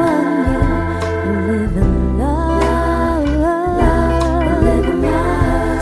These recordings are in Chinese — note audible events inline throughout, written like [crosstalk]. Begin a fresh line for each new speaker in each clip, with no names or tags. one you live in love, live in love.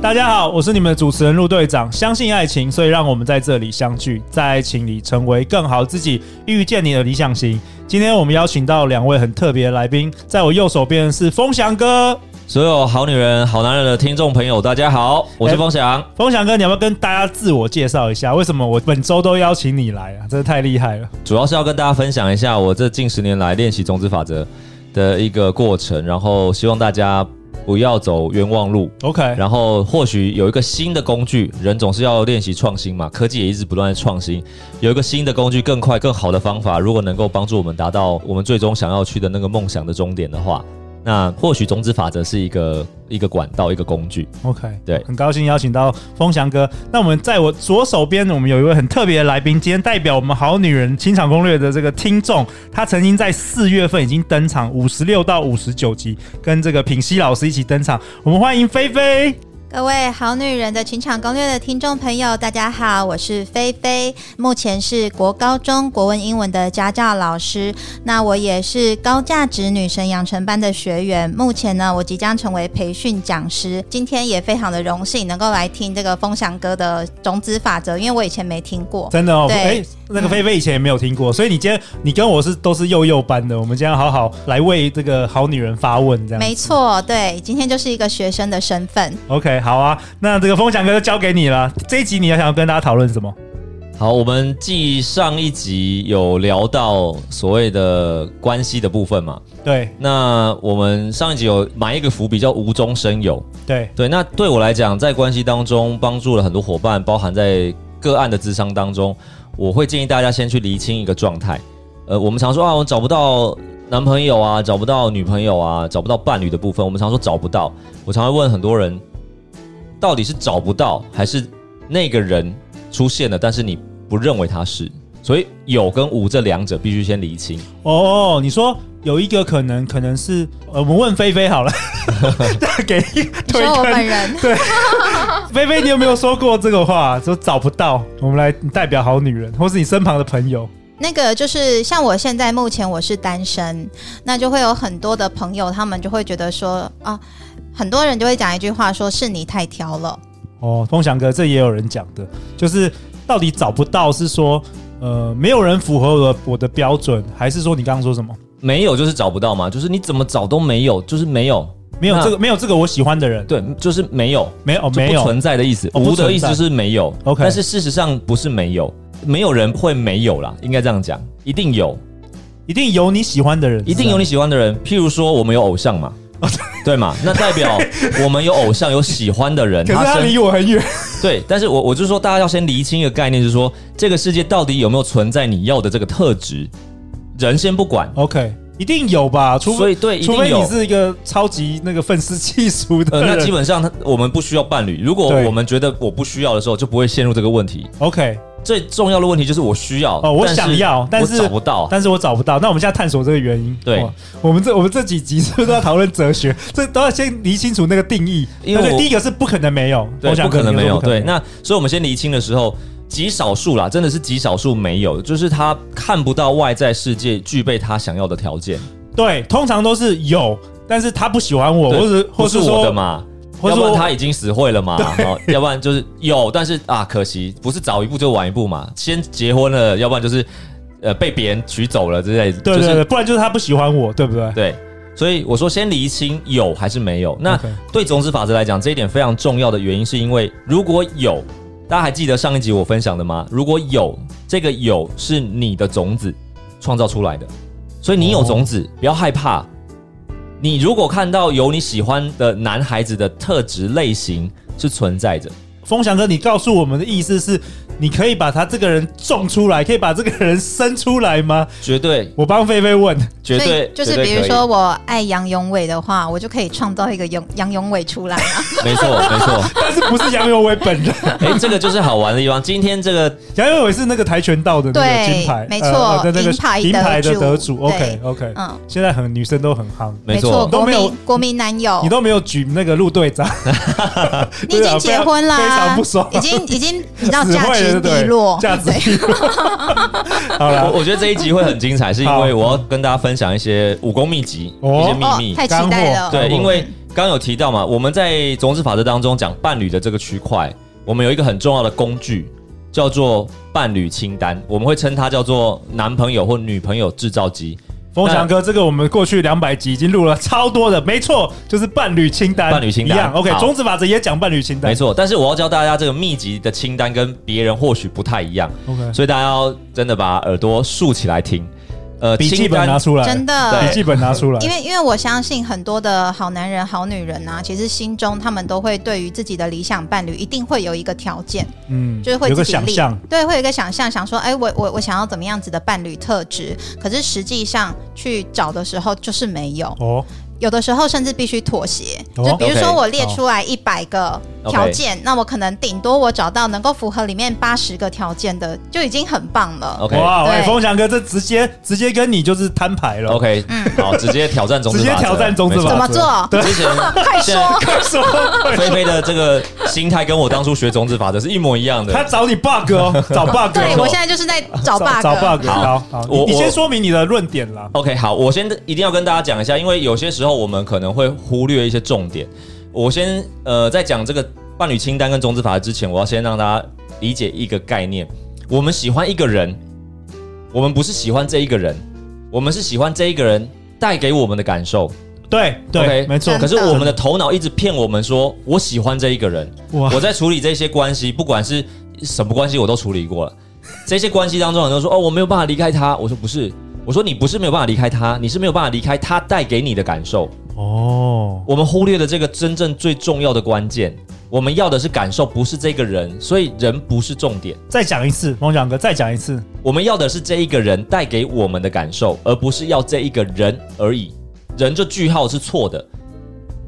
大家好，我是你们的主持人陆队长。相信爱情，所以让我们在这里相聚，在爱情里成为更好自己，遇见你的理想型。今天我们邀请到两位很特别的来宾，在我右手边的是风翔哥。
所有好女人、好男人的听众朋友，大家好，我是风翔。
风翔哥，你要不要跟大家自我介绍一下？为什么我本周都邀请你来啊？真的太厉害了！
主要是要跟大家分享一下我这近十年来练习种子法则的一个过程，然后希望大家不要走冤枉路。
OK，
然后或许有一个新的工具，人总是要练习创新嘛，科技也一直不断的创新，有一个新的工具更快更好的方法，如果能够帮助我们达到我们最终想要去的那个梦想的终点的话，那或许种子法则是一个一个管道，一个工具。
OK，
对
很高兴邀请到风翔哥。那我们在我左手边，我们有一位很特别的来宾，今天代表我们好女人情场攻略的这个听众，他曾经在四月份已经登场五十六到五十九集，跟这个品熙老师一起登场。我们欢迎菲菲。
各位好女人的情场攻略的听众朋友，大家好，我是菲菲，目前是国高中国文英文的家教老师，那我也是高价值女神养成班的学员。目前呢，我即将成为培训讲师，今天也非常的荣幸能够来听这个风翔哥的种子法则，因为我以前没听过。
真的哦，
对嗯
哎，那个菲菲以前也没有听过，所以你今天你跟我是都是幼幼班的，我们今天好好来为这个好女人发问，这样
没错，对，今天就是一个学生的身份。
OK，好啊，那这个风翔哥就交给你了。这一集你要想要跟大家讨论什么？
好，我们继上一集有聊到所谓的关系的部分嘛？
对
那我们上一集有埋一个伏笔，叫无中生有。
对，
对，那对我来讲，在关系当中帮助了很多伙伴，包含在个案的智商当中，我会建议大家先去厘清一个状态。呃，我们常说啊，我找不到男朋友啊，找不到女朋友啊，找不到伴侣的部分，我们常说找不到。我常会问很多人，到底是找不到，还是那个人出现了，但是你不认为他是？所以有跟无这两者必须先厘清。
哦，你说有一个可能，可能是呃，我们问菲菲好
[laughs]
了，给一
你
推
说我本
坑。
人，
菲菲，你有没有说过这个话？说找不到，我们来代表好女人，或是你身旁的朋友。
那个就是像我现在目前我是单身，那就会有很多的朋友，他们就会觉得说啊，很多人就会讲一句话说是你太挑了，
哦，风翔哥，这也有人讲的，就是到底找不到是说呃，没有人符合我的我的标准，还是说你刚刚说什么？
没有就是找不到嘛，就是你怎么找都没有，就是没有，
没有
那
这个，没有这个我喜欢的人，，
对，就是没有，
没有、哦、
就
没
不
有
存在的意思。
哦不
无的
存
意思
在
就是没有。
OK
但是事实上不是没有，没有人会没有啦，应该这样讲，一定有，
一定有你喜欢的人，
一定有你喜欢的人。
啊
譬如说，我们有偶像
[laughs]
嘛。对嘛？那代表我们有偶像，有喜欢的人，
是吧。可是他
身
离我很远，
对，但是我我就说，大家要先厘清一个概念，就是说这个世界到底有没有存在你要的这个特质？人先
[laughs]
不管，
OK，一定有吧？除
所
非
以对，一
除
定
非你
有。
是一个超级那个愤世嫉俗的
呃，
人，
那基本上他我们不需要伴侣。如果
对
我们觉得我不需要的时候，就不会陷入这个问题。
OK，
最重要的问题就是我需要
哦我
但是
想要但是
我找不到。
但是我找不到。那我们现在探索这个原因。
对
哇，我们这我们这几集是不是都要讨论哲学？ [laughs] 这都要先理清楚那个定义。
因为
而且
我
第一个是不可能没有，
对
我，想
不可能没有。
不可
对，那所以我们先厘清的时候，极少数啦，真的是极少数没有，就是他看不到外在世界具备他想要的条件，
对，通常都是有，但是他不喜欢我，
对
哦或者或
不是
说
我的，嘛。
或
要
是
不然
说
他已经死会了嘛，哦，要不然就是
[laughs]
有，但是啊，可惜不是早一步就晚一步嘛，先结婚了，要不然就是呃被别人娶走了之类的，
对对
就
对，
是
不然就是他不喜欢我，对不对？
[laughs] 对，所以我说先厘清有还是没有。那
OK
对种子法则来讲，这一点非常重要的原因，是因为如果有，大家还记得上一集我分享的吗？如果有这个有是你的种子创造出来的，所以你有种子，不要害怕。你如果看到有你喜欢的男孩子的特质类型是存在着，
风翔哥，你告诉我们的意思是，你可以把他这个人种出来，可以把这个人生出来吗？
绝对
我帮菲菲问，
绝
所
对
以
绝
就是
对
比
可
如
以
说我爱杨永伟的话，我就可以创造一个杨杨永伟出来啊。
没错没
[laughs]
错，
但是不是杨永伟本人？
哎、这个就是好玩的地方。今天这个
杨永伟是那个跆拳道的那个
对
金牌，
没错
呃的那个
银牌
银牌的
得主
得主。OK
对
OK，
嗯，
现在很女生都很夯，
[laughs] 没
错，
错，
都
国
没有
民国民男友
你，都没有举那个陆队长，
你已经结婚
非常
啦
不爽，
已经已经你知
[laughs]
道
死
价
会
值
了对不
低
对
落，
价值
对
低落。 [laughs] 好了，
我我觉得这一集会很精彩，是因为我要跟大家分享一些武功秘籍、
哦
一些
哦
[laughs] 秘密。
太期
干
待
货
了。
对，
干货
因为刚刚有提到嘛，我们在种子法则当中讲伴侣的这个区块，我们有一个很重要的工具叫做伴侣清单，我们会称它叫做男朋友或女朋友制造机。
风翔哥，这个我们过去两百集已经录了超多的，没错，就是伴侣清单，
伴侣清单
一样。OK，
好
种子法则也讲伴侣清单，
没错，但是我要教大家这个秘籍的清单跟别人或许不太一样，
OK，
所以大家要真的把耳朵竖起来听。呃，
笔记
清
本
单
拿出来，
真
笔
的
对，
记本拿出来
因。为因为我相信很多的好男人、好女人啊，其实心中他们都会对于自己的理想伴侣一定会有一个条件，
嗯
就是会
有个
自己
想
立
象，
对，会有一个想象，想说，哎，我我我想要怎么样子的伴侣特质，可是实际上去找的时候就是没有，
哦，
有的时候甚至必须妥协。
哦
就比如
OK，
说我列出来一百个条件那我可能顶多我找到能够符合里面八十个条件的，就已经很棒了。
OK
哇！
对
哎，风翔哥，这直接直接跟你就是摊牌了
OK，好，
嗯
直接挑战种子
直
法
接
则，
挑战种子
没错
怎
法
么
则。
做
对，
之
[laughs]
前
快
现在
说！
快 [laughs] 说，快
菲
说！
菲的这个心态跟我当初学种子法则是一模一样
他
的。
找你 bug 哦，找 bug
对，
哦。
我现在就是在找 bug。
[laughs] 找 bug，
好
好好，
我
你你
我
先说明你的论点啦。
OK，好，我先一定要跟大家讲一下，因为有些时候我们可能会忽略一些重点。我先呃，在讲这个伴侣清单跟种子法则之前，我要先让大家理解一个概念：我们喜欢一个人，我们不是喜欢这一个人，我们是喜欢这一个人带给我们的感受。
对对，
OK，
没错
真
可。
的
是我们的头脑一直骗我们说，我喜欢这一个人，
[laughs] 哇
我在处理这些关系，不管是什么关系，我都处理过了。 [laughs] 这些关系当中，很多人说哦，我没有办法离开他。我说不是，我说你不是没有办法离开他，你是没有办法离开他带给你的感受。
哦，
我们忽略了这个真正最重要的关键。我们要的是感受，不是这个人，所以人不是重点。
再讲一次，梦想哥，再讲一次。
我们要的是这一个人带给我们的感受，而不是要这一个人而已。人这句号是错的，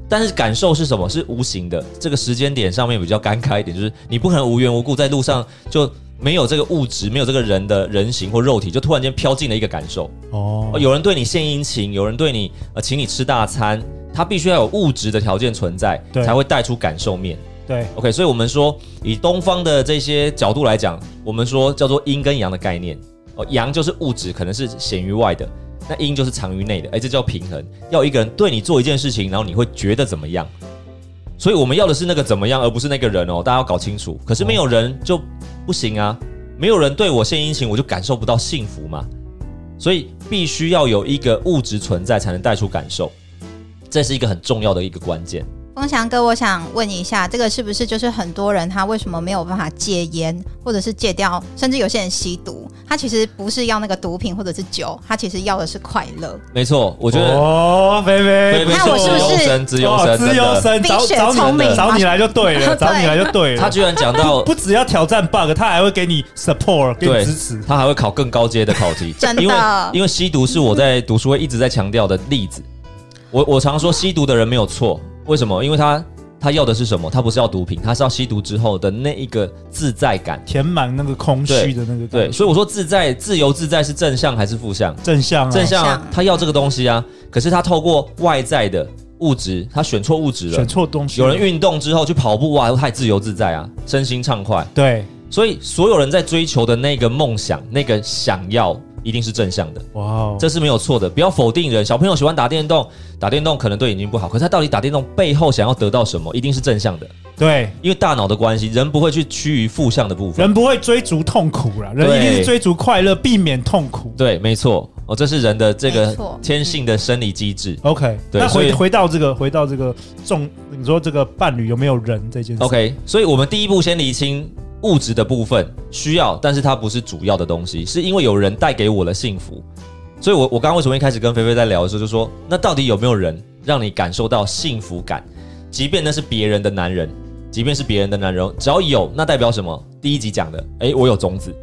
但是感受是什么？是无形的。这个时间点上面比较尴尬一点，就是你不可能无缘无故在路上就没有这个物质，没有这个人的人形或肉体，就突然间飘进了一个感受。
哦
呃，有人对你献殷勤，有人对你呃请你吃大餐，他必须要有物质的条件存在，
对
才会带出感受面。
对，
OK，所以我们说，以东方的这些角度来讲，我们说叫做阴跟阳的概念。哦，阳就是物质，可能是显于外的；那阴就是藏于内的。哎，这叫平衡。要一个人对你做一件事情，然后你会觉得怎么样？所以我们要的是那个怎么样，而不是那个人哦。大家要搞清楚。可是没有人就不行啊，没有人对我献殷勤，我就感受不到幸福嘛。所以必须要有一个物质存在，才能带出感受。这是一个很重要的一个关键。
风翔哥，我想问一下，这个是不是就是很多人他为什么没有办法戒烟，或者是戒掉，甚至有些人吸毒，他其实不是要那个毒品或者是酒，他其实要的是快乐。
没错，我
我
觉得
哦，菲菲，
对没
看
错，
我是不是
资优生，资优
哇
生，
资优
真的。
哦生，找
冰雪
找
聪
你
明
找你来就对了，
[laughs] 对
找你来就对了。
他居然讲到
[laughs] 不只要挑战 bug，他还会给你 support，给你
对
支持，。
他还会考更高阶的考题，
[laughs] 真的
因为因为吸毒是我在读书会一直在强调的例子。我我常说吸毒的人没有错，为什么？因为他他要的是什么？他不是要毒品，他是要吸毒之后的那一个自在感。
填满那个空虚的那个
对，
感觉，
所以我说自在、自由、自在是正向还是负向？
正向啊，
正向啊
向，
他要这个东西啊，可是他透过外在的物质，他选错物质了
选。错东西，
有人运动之后去跑步哇，太自由自在啊，身心畅快。
对，
所以所有人在追求的那个梦想、那个想要，一定是正向的，
哇哦，
这是没有错的。不要否定人。小朋友喜欢打电动，打电动可能对眼睛不好，可是他到底打电动背后想要得到什么，一定是正向的，
对。
因为大脑的关系，人不会去趋于负向的部分。
人不会追逐痛苦啦，人
对
一定是追逐快乐，避免痛苦。
对，没错，哦，这是人的这
没
个
错
天性的生理机制。
OK，
对
那
所以
回回到这个，回到这个重，你说这个伴侣有没有人这件事
OK，所以我们第一步先厘清物质的部分需要，但是它不是主要的东西，是因为有人带给我的幸福。所以我，我刚刚为什么一开始跟菲菲在聊的时候就说，那到底有没有人让你感受到幸福感？即便那是别人的男人，即便是别人的男人，只要有，那代表什么？第一集讲的，诶，我有种子，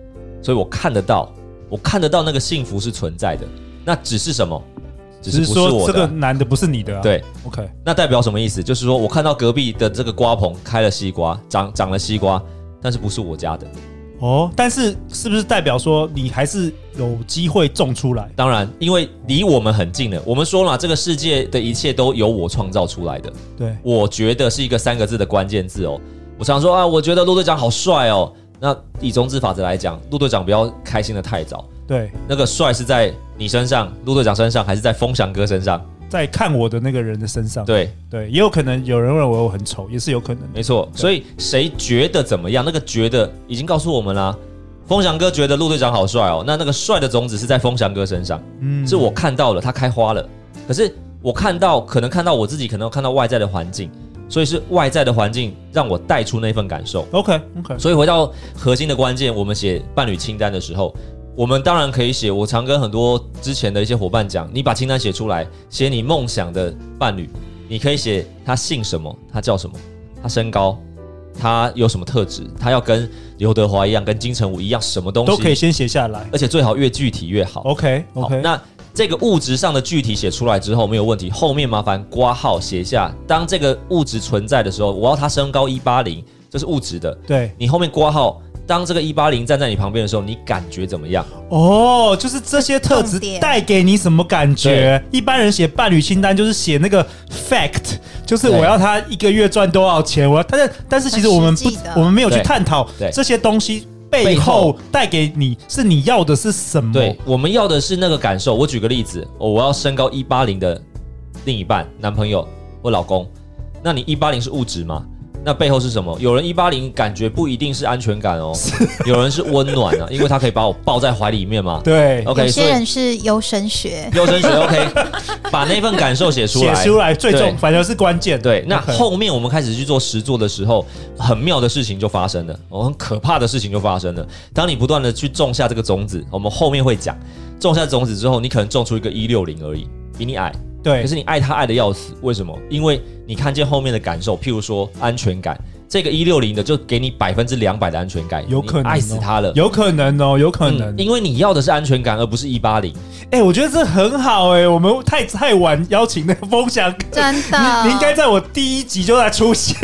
所以我看得到，我看得到那个幸福是存在的。那只是什么？只
只
是
是
不是
说
我
这个
的。
男的不是你的、啊，
对，
，OK，
那代表什么意思？就是说我看到隔壁的这个瓜棚开了西瓜，长长了西瓜，但是不是我家的。
哦，但是是不是代表说你还是有机会种出来？
当然，因为离我们很近了。我们说了，这个世界的一切都由我创造出来的。
对，
我觉得是一个三个字的关键字哦。我常说啊，我觉得陆队长好帅哦。那以中字法则来讲，陆队长不要开心的太早。
对，
那个帅是在你身上，陆队长身上，还是在风翔哥身上？
在看我的那个人的身上，
对，
对，也有可能有人认为我很丑，也是有可能的。
没错。所以谁觉得怎么样？那个觉得已经告诉我们啦、风翔哥觉得陆队长好帅哦，那那个帅的种子是在风翔哥身上，
嗯
是我看到了，它开花了。可是我看到，可能看到我自己，可能看到外在的环境，所以是外在的环境让我带出那份感受。
OK OK，
所以回到核心的关键，我们写伴侣清单的时候，我们当然可以写。我常跟很多之前的一些伙伴讲，你把清单写出来，写你梦想的伴侣，你可以写他姓什么，他叫什么，他身高，他有什么特质，他要跟刘德华一样，跟金城武一样，什么东西
都可以，先写下来。
而且最好越具体越好。
OK
好
OK，
那这个物质上的具体写出来之后没有问题，后面麻烦挂号写下，当这个物质存在的时候，我要他身高一八零，这是物质的。
对
你后面挂号，当这个一八零站在你旁边的时候，你感觉怎么样？
哦，就是这些特质
重点
带给你什么感觉？一般人写伴侣清单就是写那个 fact，就是
对
我要他一个月赚多少钱，我要，但是但是其实我们不
很实际的，
我们没有去
对
探讨
对
这些东西背
背后
后带给你是你要的是什么？
对，我们要的是那个感受。我举个例子，哦、我要身高一八零的另一半、男朋友或老公，那你一八零是物质吗？那背后是什么？有人一八零感觉不一定是安
[laughs]
全感哦，有人是温暖啊，因为他可以把我抱在怀里面嘛。
对，
OK，
有
所
些
以
人是优生学，
优生学 OK，把那份感受写出
写
来，
出来最
对
重，反而是关键。
对，那
OK
后面我们开始去做实做的时候，很妙的事情就发生了，哦，很可怕的事情就发生了。当你不断的去种下这个种子，我们后面会讲，种下种子之后，你可能种出一个一六零而已，比你矮，
对
可是你爱他爱的要死，为什么？因为你看见后面的感受，譬如说安全感，这个一六零的就给你百分之两百的安全感，
有可能
你
哦
爱死他了。嗯
有可能哦，有可能。
因为你要的是安全感，而不是一八零。
哎、我觉得这很好哎、我们太太晚邀请那个风翔哥，
真的，
你应该在我第一集就在出现，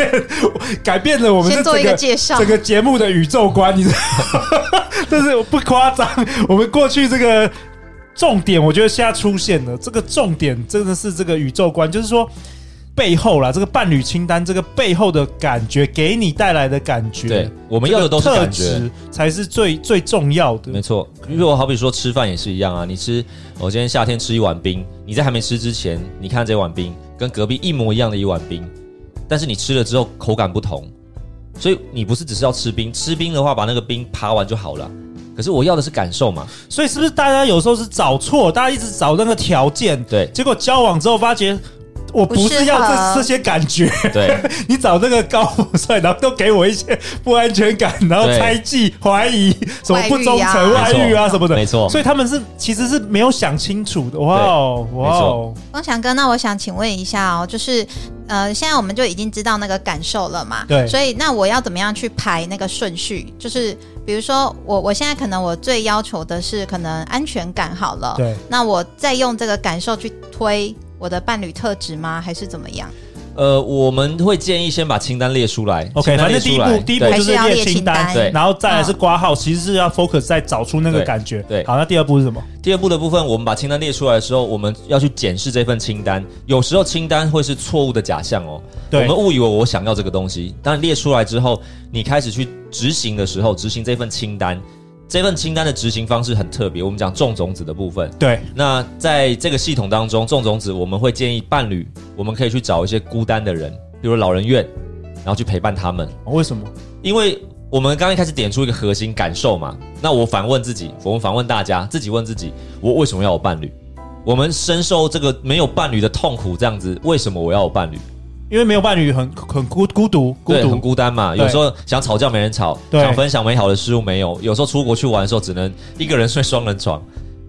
改变了我们这
先
整
做
个
一个介绍
整个节目的宇宙观，你知道
[laughs]
吗？这是我不夸张，我们过去这个重点，我觉得现在出现了，这个重点真的是这个宇宙观，就是说。背后啦，这个伴侣清单，这个背后的感觉，给你带来的感觉，
对我们要的都是
这个
感觉
特质才是最最重要的。
没错，因为我好比说吃饭也是一样啊，你吃，我今天夏天吃一碗冰，你在还没吃之前，你看这碗冰跟隔壁一模一样的一碗冰，但是你吃了之后口感不同，所以你不是只是要吃冰，吃冰的话把那个冰扒完就好了。可是我要的是感受嘛，
所以是不是大家有时候是找错，大家一直找那个条件，
对
结果交往之后发觉。我不是要
不适合
这这些感觉， [laughs]
对
你找那个高富帅，然后都给我一些不安全感，然后
对
猜忌、怀疑，什么不忠诚、
外
外
遇啊
遇啊什么的，
没错
所以他们是其实是没有想清楚的。哇哦，哇哦，
光翔哥，那我想请问一下哦，就是呃，现在我们就已经知道那个感受了嘛，
对
所以那我要怎么样去排那个顺序？就是比如说我我现在可能我最要求的是可能安全感好了，
对，
那我再用这个感受去推我的伴侣特质吗？还是怎么样？
呃，我们会建议先把清单列出来
OK，
清单
反
列
正第
出
一
来
步，第一步
对
就是
还是要列
清
清
单
单，
对
然后再来是
嗯
挂号，其实是要 focus 在找出那个
对
感觉。
对
好，那第二步是什么？
第二步的部分，我们把清单列出来的时候，我们要去检视这份清单。有时候清单会是错误的假象哦，我
对
们误以为我想要这个东西，但列出来之后，你开始去执行的时候，执行这份清单，这份清单的执行方式很特别。我们讲种种子的部分，
对，
那在这个系统当中，种种子我们会建议伴侣，我们可以去找一些孤单的人，比如老人院，然后去陪伴他们。
为什么？
因为我们刚刚一开始点出一个核心感受嘛，那我反问自己，我们反问大家，自己问自己，我为什么要有伴侣？我们深受这个没有伴侣的痛苦，这样子，为什么我要有伴侣？
因为没有伴侣很很孤孤独，孤
对，
独
很孤单嘛。
对
有时候想吵架没人吵，
对
想分享美好的事物没有。有时候出国去玩的时候，只能一个人睡双人床，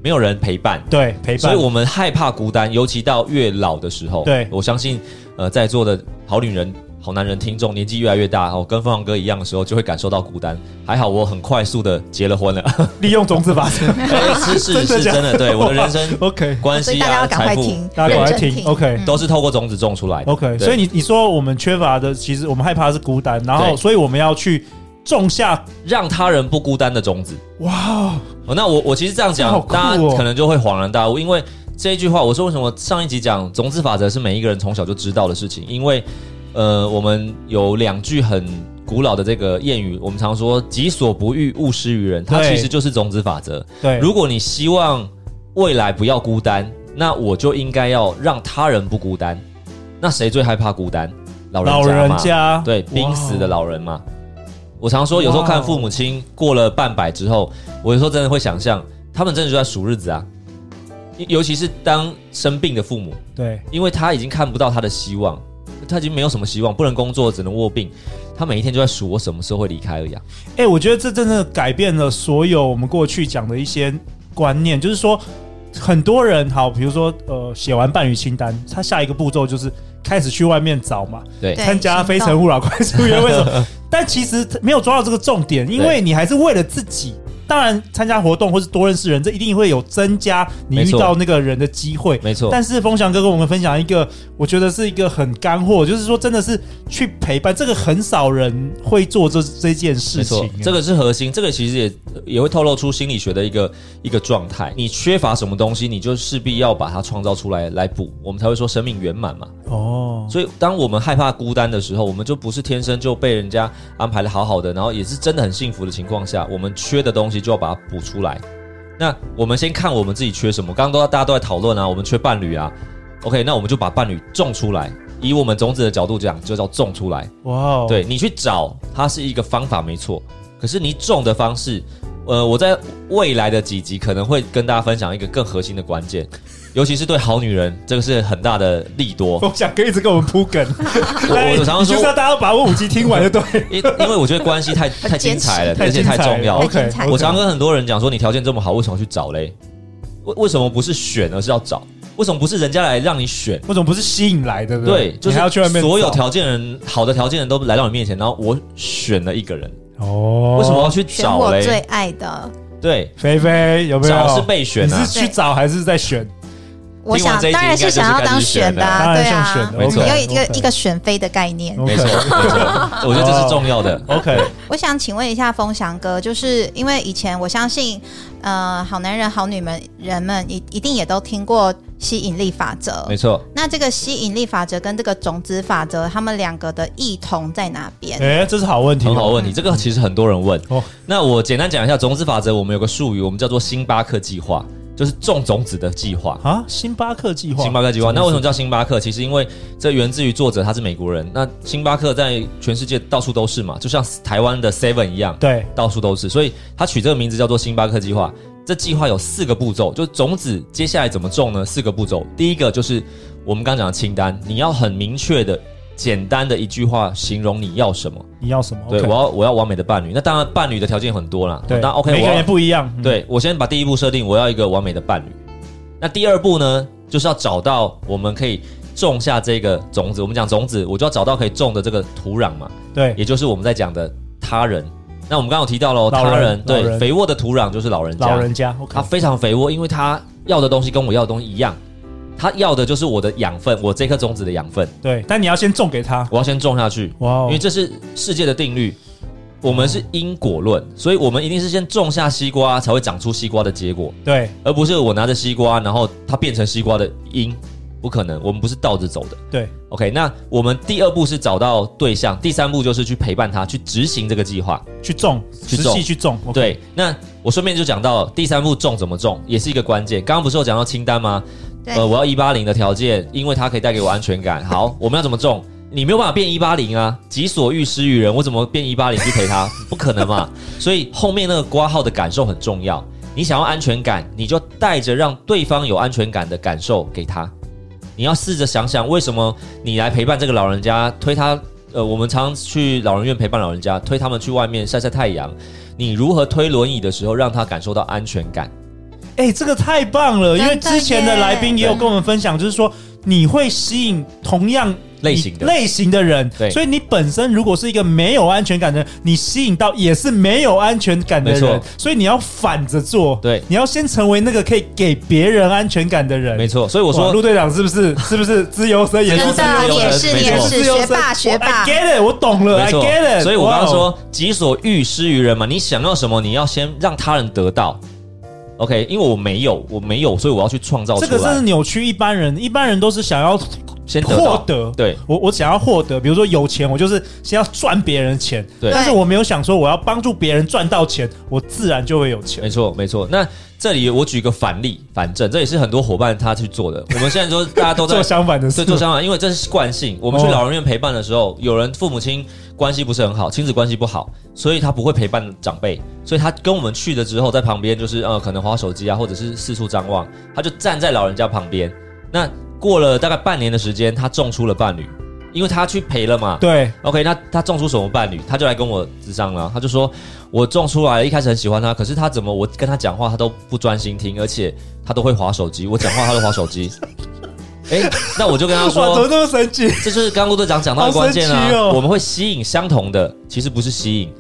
没有人陪伴。
对陪伴。
所以我们害怕孤单，尤其到越老的时候。
对
我相信，呃，在座的好女人、好男人听众年纪越来越大，哦，跟凤凰哥一样的时候，就会感受到孤单。还好我很快速的结了婚了，
[laughs]
哎
利用种子法则。
[laughs] 是是
真的
是
假的
真的，对我的人生
[laughs] OK，
关
所以
系
大家
啊、
要赶快
财富
听，嗯
大家赶快
认真
听。OK，
都是透过种子种出来的。
OK，
对
所以你你说我们缺乏的，其实我们害怕的是孤单，然后
对
所以我们要去种下
让他人不孤单的种子。
哇哦，
哦，那我我其实这样讲，
这好酷哦
大家可能就会恍然大悟，因为这一句话，我说为什么上一集讲种子法则是每一个人从小就知道的事情，因为呃，我们有两句很古老的这个谚语，我们常说“己所不欲，勿施于人”，它
对
其实就是种子法则。
对，
如果你希望未来不要孤单，那我就应该要让他人不孤单。那谁最害怕孤单？老人
老
家
人
嘛
家
对，濒死的老人嘛。我常说，有时候看父母亲过了半百之后，我有时候真的会想象，他们真的就在数日子啊。尤尤其是当生病的父母，
对
因为他已经看不到他的希望，他已经没有什么希望，不能工作，只能卧病。他每一天就在数我什么时候会离开而已啊。
哎、我觉得这真的改变了所有我们过去讲的一些观念，就是说，很多人好，比如说呃，写完伴侣清单，他下一个步骤就是开始去外面找嘛，
对
对
参加《非诚勿扰》快速约会什么， [laughs] 但其实没有抓到这个重点，因为你还是为了自己。当然，参加活动或是多认识人，这一定会有增加你
没
遇
错
到那个人的机会。
没错
但是风翔哥跟我们分享一个，我觉得是一个很干货，就是说真的是去陪伴，这个很少人会做这这件事
没错
情。，啊
这个是核心，这个其实也也会透露出心理学的一个一个状态。你缺乏什么东西，你就势必要把它创造出来来补，我们才会说生命圆满嘛。
哦，
所以，当我们害怕孤单的时候，我们就不是天生就被人家安排的好好的，然后也是真的很幸福的情况下，我们缺的东西就要把它补出来。那我们先看我们自己缺什么，刚刚都大家都在讨论啊，我们缺伴侣啊，OK，那我们就把伴侣种出来。以我们种子的角度讲，就叫种出来。
哇哦，
对你去找，它是一个方法没错，可是你种的方式，呃，我在未来的几集可能会跟大家分享一个更核心的关键，尤其是对好女人，这个是很大的利
[laughs]
多。
风翔哥一直跟我们铺梗，
[laughs]
哎
我我常常
你就是要
说，
大家把我五集听完就对 [laughs] 了。
因因为我觉得关系
[laughs]
太太精彩了，
太
而且
精彩
太
了
重要了。
太精彩
OK，
了
我常跟很多人讲说，你条件这么好，为什么去找嘞？为为什么不是选，而是要找？为什么不是人家来让你选？
我总不是吸引来的，
对，
就
就是是
要去外面
所有
找
条件人，好的条件人都来到你面前，然后我选了一个人，
哦。
为什么要去
选
找
我最
嘞？
爱的，
对，
菲菲有没有？
找是被选啊
你是去找还是在
[laughs]
选？
我
听完
想
这一集
当然是想要当选的啊，
应该
对
就是
啊
感，
觉选的
你
当
有
然
一
是选的 OK，OK
个一个选妃的概念。
没错，没
OK
错， [laughs] 我觉得这是重要的。
哦
OK，
我想请问一下风翔哥，就是因为以前我相信，呃，好男人、好女们人们一一定也都听过吸引力法则
没。错，
那这个吸引力法则跟这个种子法则，他们两个的异同在哪边？
哎，这是好问题，
很好问题，这个其实很多人问
哦。
那我简单讲一下种子法则，我们有个术语，我们叫做星巴克计划，就是种种子的计划。
啊！星巴克计划，
星巴克计划。那为什么叫星巴克？其实因为这源自于作者他是美国人。那星巴克在全世界到处都是嘛，就像台湾的 Seven 一样，
对
到处都是。所以他取这个名字叫做星巴克计划。这计划有四个步骤，就种子接下来怎么种呢？四个步骤，第一个就是我们刚讲的清单，你要很明确的、简单的一句话形容你要什么。
你要什么？
对
OK
我要我要完美的伴侣。那当然，伴侣的条件很多啦。
对，
那 OK，
每
我
个
要
人不一样，嗯，
对我先把第一步设定，我要一个完美的伴侣。那第二步呢，就是要找到我们可以种下这个种子。我们讲种子，我就要找到可以种的这个土壤嘛，
对
也就是我们在讲的他人。那我们刚刚有提到喽，
老人
他人
老
对
人
肥沃的土壤就是老人家，
老人家
他
OK，
非常肥沃，因为他要的东西跟我要的东西一样，他要的就是我的养分，我这颗种子的养分，
对，但你要先种给他。
我要先种下去。
哇
因为
哦，
这是世界的定律。我们是因果论，所以我们一定是先种下西瓜，才会长出西瓜的结果，
对
而不是我拿着西瓜，然后它变成西瓜的因，不可能。我们不是倒着走的。
对
OK，那我们第二步是找到对象，第三步就是去陪伴他，去执行这个计划。
去种，
去
实
种
际去种，OK，
对，那我顺便就讲到第三步种怎么种，也是一个关键。刚刚不是有讲到清单吗？
对
呃，我要一八零的条件，因为它可以带给我安全感。好，我们要怎么种？你没有办法变一八零啊，己所欲施于人，我怎么变一八零去陪他？不可能嘛！所以后面那个挂号的感受很重要。你想要安全感，你就带着让对方有安全感的感受给他。你要试着想想，为什么你来陪伴这个老人家，推他？呃，我们常去老人院陪伴老人家，推他们去外面晒晒太阳。你如何推轮椅的时候，让他感受到安全感？
哎，这个太棒了！因为
真的
之前的
耶
来宾也有跟我们分享，就是说你会吸引同样
类型的
类型的人。
对
所以你本身如果是一个没有安全感的人，你吸引到也是没有安全感的
没错
人，所以你要反着做。
对
你要先成为那个可以给别人安全感的人。
没错，所以
哇，
我说
陆队长是不是是不是资优生也
真
是
自
的
由
也
人
是
没
也
错
是
自由
学
生
霸学霸
我，I get it，我懂了
没
，I
错
get it。
所以我刚刚
哇
说
哦，
己所欲施于人嘛，你想要什么，你要先让他人得到。OK，因为我没有，我没有，所以我要去创造出
这
来，
个真是扭曲一般人，一般人都是想要
先得到
获得，
对
我我想要获得，比如说有钱，我就是先要赚别人钱，
对
但是我没有想说我要帮助别人赚到钱，我自然就会有钱
没。错，没错。那这里我举一个反例，反正这也是很多伙伴他去做的。我们现在说大家都在
[laughs] 做相反的
对
事，
做相啊反，因为这是惯性。我们去
哦
老人院陪伴的时候，有人父母亲关系不是很好，亲子关系不好，所以他不会陪伴长辈，所以他跟我们去了之后，在旁边就是呃可能划手机啊，或者是四处张望，他就站在老人家旁边。那过了大概半年的时间，他种出了伴侣，因为他去陪了嘛。
对
OK，那他种出什么伴侣，他就来跟我智商了。他就说，我种出来了，一开始很喜欢他，可是他怎么我跟他讲话，他都不专心听，而且他都会划手机，我讲话他都划手机。 [laughs] 哎、那我就跟他
哇，怎么
说，
这么神奇？
这就是刚刚陆队长讲到的
好
关键啊
神奇哦
我们会吸引相同的，其实不是吸引，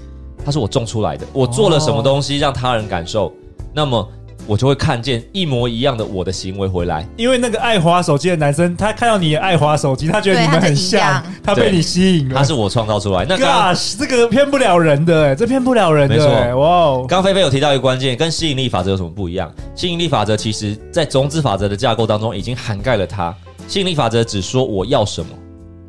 他是我种出来的，我做了什
哦
么东西让他人感受，那么我就会看见一模一样的我的行为回来。
因为那个爱滑手机的男生，他看到你也爱滑手机，他觉得
对
你们很
他
像
就一样，
他被你吸引了。
他是我创造出来。那刚刚
Gosh，这个骗不了人的、欸，这骗不了人的、
没错
欸，哇哦！
刚刚菲菲有提到一个关键，跟吸引力法则有什么不一样？吸引力法则其实在种子法则的架构当中已经涵盖了它。吸引力法则只说我要什么，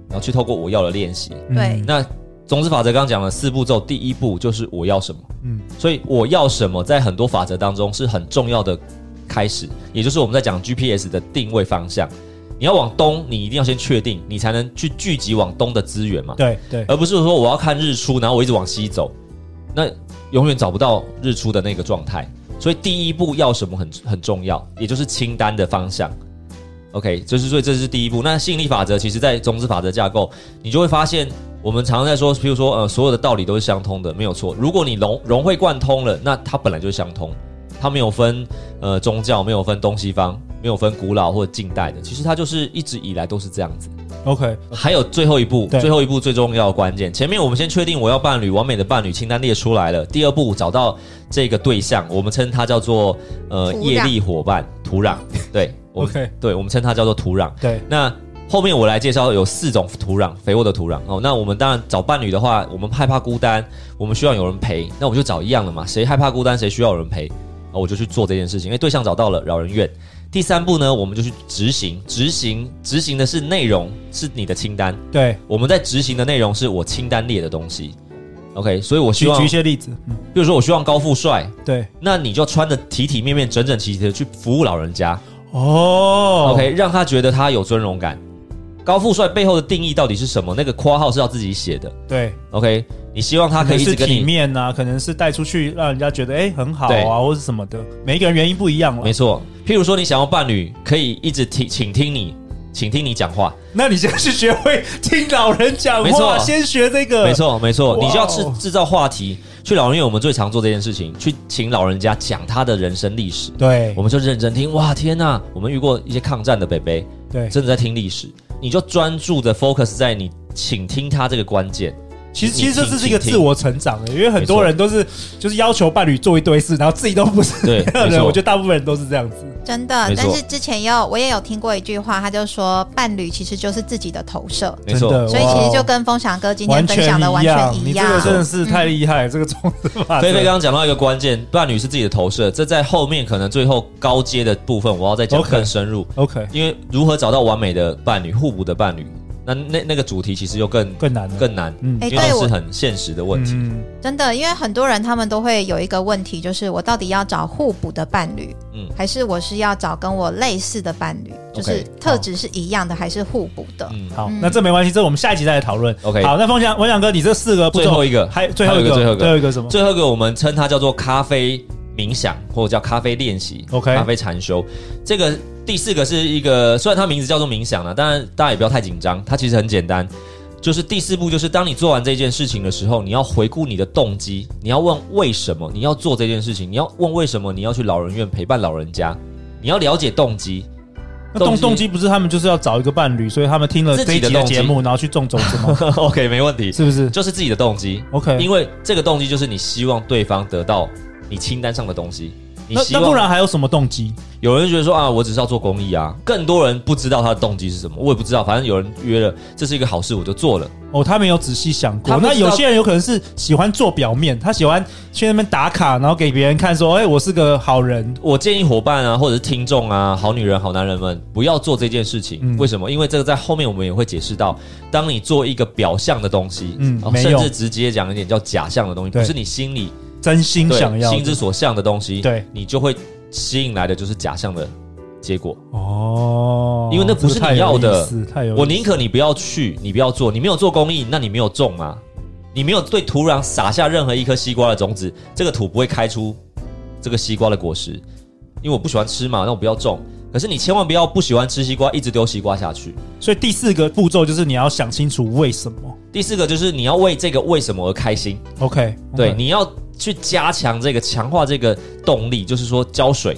然后去透过我要的练习。
嗯
对
那种子法则刚刚讲了四步骤，第一步就是我要什么，
嗯，
所以我要什么在很多法则当中是很重要的开始，也就是我们在讲 GPS 的定位方向。你要往东，你一定要先确定，你才能去聚集往东的资源嘛。
对对，
而不是说我要看日出，然后我一直往西走，那永远找不到日出的那个状态。所以第一步要什么很很重要，也就是清单的方向。OK，就是所以这是第一步。那吸引力法则其实，在种子法则架构，你就会发现，我们常常在说，比如说呃，所有的道理都是相通的，没有错。如果你融融会贯通了，那它本来就是相通，它没有分呃宗教，没有分东西方，没有分古老或近代的，其实它就是一直以来都是这样子。
OK，
还有最后一步，
对
最后一步最重要的关键。前面我们先确定我要伴侣，完美的伴侣清单列出来了。第二步找到这个对象，我们称它叫做呃
土壤
业力伙伴土壤。对我们
OK
对我们称它叫做土壤。
对，
那后面我来介绍有四种土壤，肥沃的土壤哦。那我们当然找伴侣的话，我们害怕孤单，我们需要有人陪，那我们就找一样的嘛。谁害怕孤单，谁需要有人陪，哦，我就去做这件事情。因为对象找到了，老人院。第三步呢，我们就去执行，执行，执行的是内容，是你的清单。
对，
我们在执行的内容是我清单列的东西。OK，所以我希
举
望，
举一
比
些例子，嗯，
如说我希望高富帅，
对，
那你就穿的体体面面、整整齐齐的去服务老人家。
哦
OK，让他觉得他有尊荣感。高富帅背后的定义到底是什么？那个括号是要自己写的。
对，
OK，你希望他
他
可以一直
是
跟
体
你，
面啊，可能是带出去让人家觉得哎、很好
对
啊，或者什么的。每一个人原因不一样了
没。错。譬如说，你想要伴侣可以一直听，请听你，请听你讲话。
那你先去学会听老人讲
没
话，
错
先学这个。
没，错，没错，
哇哦
你就要制制造话题。去老人院，我们最常做这件事情，去请老人家讲他的人生历史。
对
我们就认真听。哇，天呐，我们遇过一些抗战的北北，
对。
真的在听历史，你就专注的 focus 在你，请听他这个关键。
其实
你
其实这
听
是一个
请听
自我成长的，因为很多人都是就是要求伴侣做一堆事，然后自己都不是
[laughs] 对
那样的 [laughs]
没
人。
错
我觉得大部分人都是这样子。
真的。
没错
但是之前有我也有听过一句话，他就说伴侣其实就是自己的投射，
没错
真，的
所以其实
哇
就
哦
跟风翔哥今天
完
分享
全
的完全
你
一
这个
样。
真的是太厉害，这个种子
[laughs]
法则
菲菲刚刚讲到一个关键，伴侣是自己的投射，这在后面可能最后高阶的部分，我要再讲
OK
更深入
OK
因为如何找到完美的伴侣、互补的伴侣，那那那个主题其实又更
更难了
更难，
嗯
哎
因为
对
它
我
是很现实的问题。
嗯
真的，因为很多人他们都会有一个问题，就是我到底要找互补的伴侣，
嗯
还是我是要找跟我类似的伴侣，就是特质是一样的，还是互补的？
嗯，
好，那这没关系，这我们下一集再来讨论。
OK
好，那风翔，文翔哥，你这四个步骤
最后一个
还最后一
还有一个最后
个，
一个
最后一个什么？
最后一个我们称它叫做咖啡冥想，或者叫咖啡练习
OK
咖啡禅修。这个第四个是一个，虽然它名字叫做冥想了，当然大家也不要太紧张，它其实很简单。就是第四步，就是当你做完这件事情的时候，你要回顾你的动机，你要问为什么你要做这件事情，你要问为什么你要去老人院陪伴老人家，你要了解动机。 [laughs]
那动动机不是他们就是要找一个伴侣，所以他们听了这一集的节目，然后去种种子
[laughs]
吗？
OK，没问题，
是不嗯是
就是自己的动机。
？OK，
因为这个动机就是你希望对方得到你清单上的东西。你
那
希
那
望
不然还有什么动机？
有人觉得说啊，我只是要做公益啊，更多人不知道他的动机是什么，我也不知道。反正有人约了，这是一个好事，我就做了。
哦，他没有仔细想过。
他不
那
知道
有些人有可能是喜欢做表面，他喜欢去那边打卡，然后给别人看说，哎、我是个好人。
我建议伙伴啊，或者是听众啊，好女人、好男人们，不要做这件事情。
嗯
为什么？因为这个在后面我们也会解释到，当你做一个表象的东西，
嗯
哦
没
甚
用
至直接讲一点叫假象的东西，
对
不是你心里
真心
对
想要的
心之所向的东西，
对
你就会吸引来的就是假象的结果。
哦，
因为那不是你要的
这个太有意思太有意思
我宁可你不要去，你不要做，你没有做公益，那你没有种啊，你没有对土壤撒下任何一颗西瓜的种子，这个土不会开出这个西瓜的果实。因为我不喜欢吃嘛，那我不要种。可是你千万不要不喜欢吃西瓜，一直丢西瓜下去。
所以第四个步骤就是你要想清楚为什么。
第四个就是你要为这个为什么而开心，
OK，
对，你要去加强这个、强化这个动力，就是说浇水。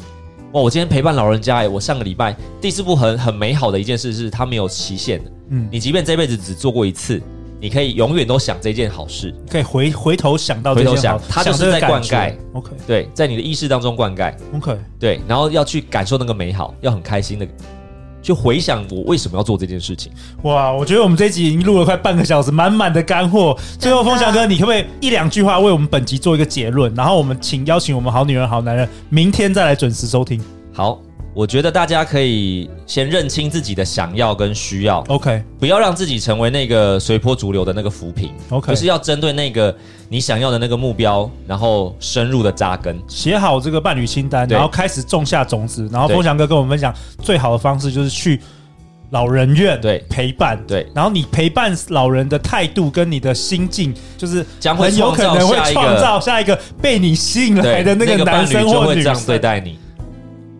哇，我今天陪伴老人家哎、我上个礼拜第四步很很美好的一件事是它没有期限的，
嗯，
你即便这辈子只做过一次，你可以永远都想这件好事。
可以回回头想到这
回头
些好，
想它就是
这个
在灌
感
溉
觉。OK
对，在你的意识当中灌溉，
OK，
对，然后要去感受那个美好，要很开心的，就回想我为什么要做这件事情。
哇，我觉得我们这一集已经录了快半个小时，满满的干货。最后，风翔哥，你可不可以一两句话为我们本集做一个结论？然后我们请邀请我们好女人、好男人，明天再来准时收听。
好，我觉得大家可以先认清自己的想要跟需要，
OK，
不要让自己成为那个随波逐流的那个浮萍。
OK
就是要针对那个你想要的那个目标，然后深入的
[laughs]
扎根。
写好这个伴侣清单，
对
然后开始种下种子。然后
对
风翔哥跟我们分享，最好的方式就是去老人院
对
陪伴。
对
然后你陪伴老人的态度跟你的心境，就是
将会
很有可能会
创造下一个
创造下一个被你吸引来
对，
的那
那
个
伴
男
侣
生
就
或
会
女
这样
生。
对待你。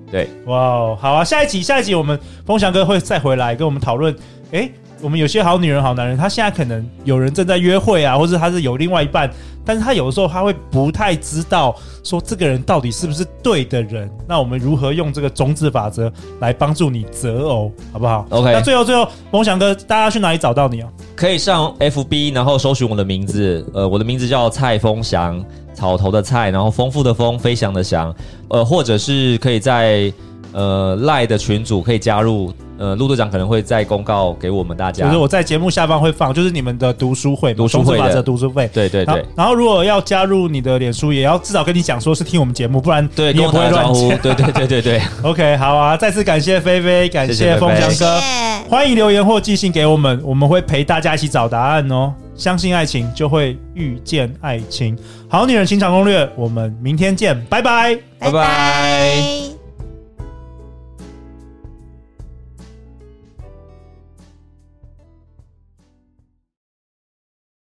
对，
哇哦，好啊！下一集，下一集我们风翔哥会再回来跟我们讨论。诶，我们有些好女人、好男人，他现在可能有人正在约会啊，或者他是有另外一半，但是他有的时候他会不太知道说这个人到底是不是对的人。那我们如何用这个种子法则来帮助你择偶，好不好
OK
那最后最后，风翔哥，大家去哪里找到你啊？
可以上 FB，然后搜寻我的名字，呃，我的名字叫蔡风翔，草头的蔡，然后丰富的丰，飞翔的翔，呃，或者是可以在呃赖的群组可以加入，呃，陆队长可能会再公告给我们大
就
家
是。我在节目下方会放，就是你们的读书会嘛，
读书会
种子法
的
则读书会。
对对
然
对
后，然后如果要加入你的脸书，也要至少跟你讲说是听我们节目，不然
对，
你
跟
也
我
不
打
会
个
乱
招呼
讲。，
对对对对对，
OK，好啊，再次感谢菲菲，感
谢谢
风翔
飞飞
哥，
谢
欢迎留言或寄信给我们，我们会陪大家一起找答案哦。相信爱情，就会遇见爱情。好女人情场攻略，我们明天见，拜拜。
拜
拜拜
拜。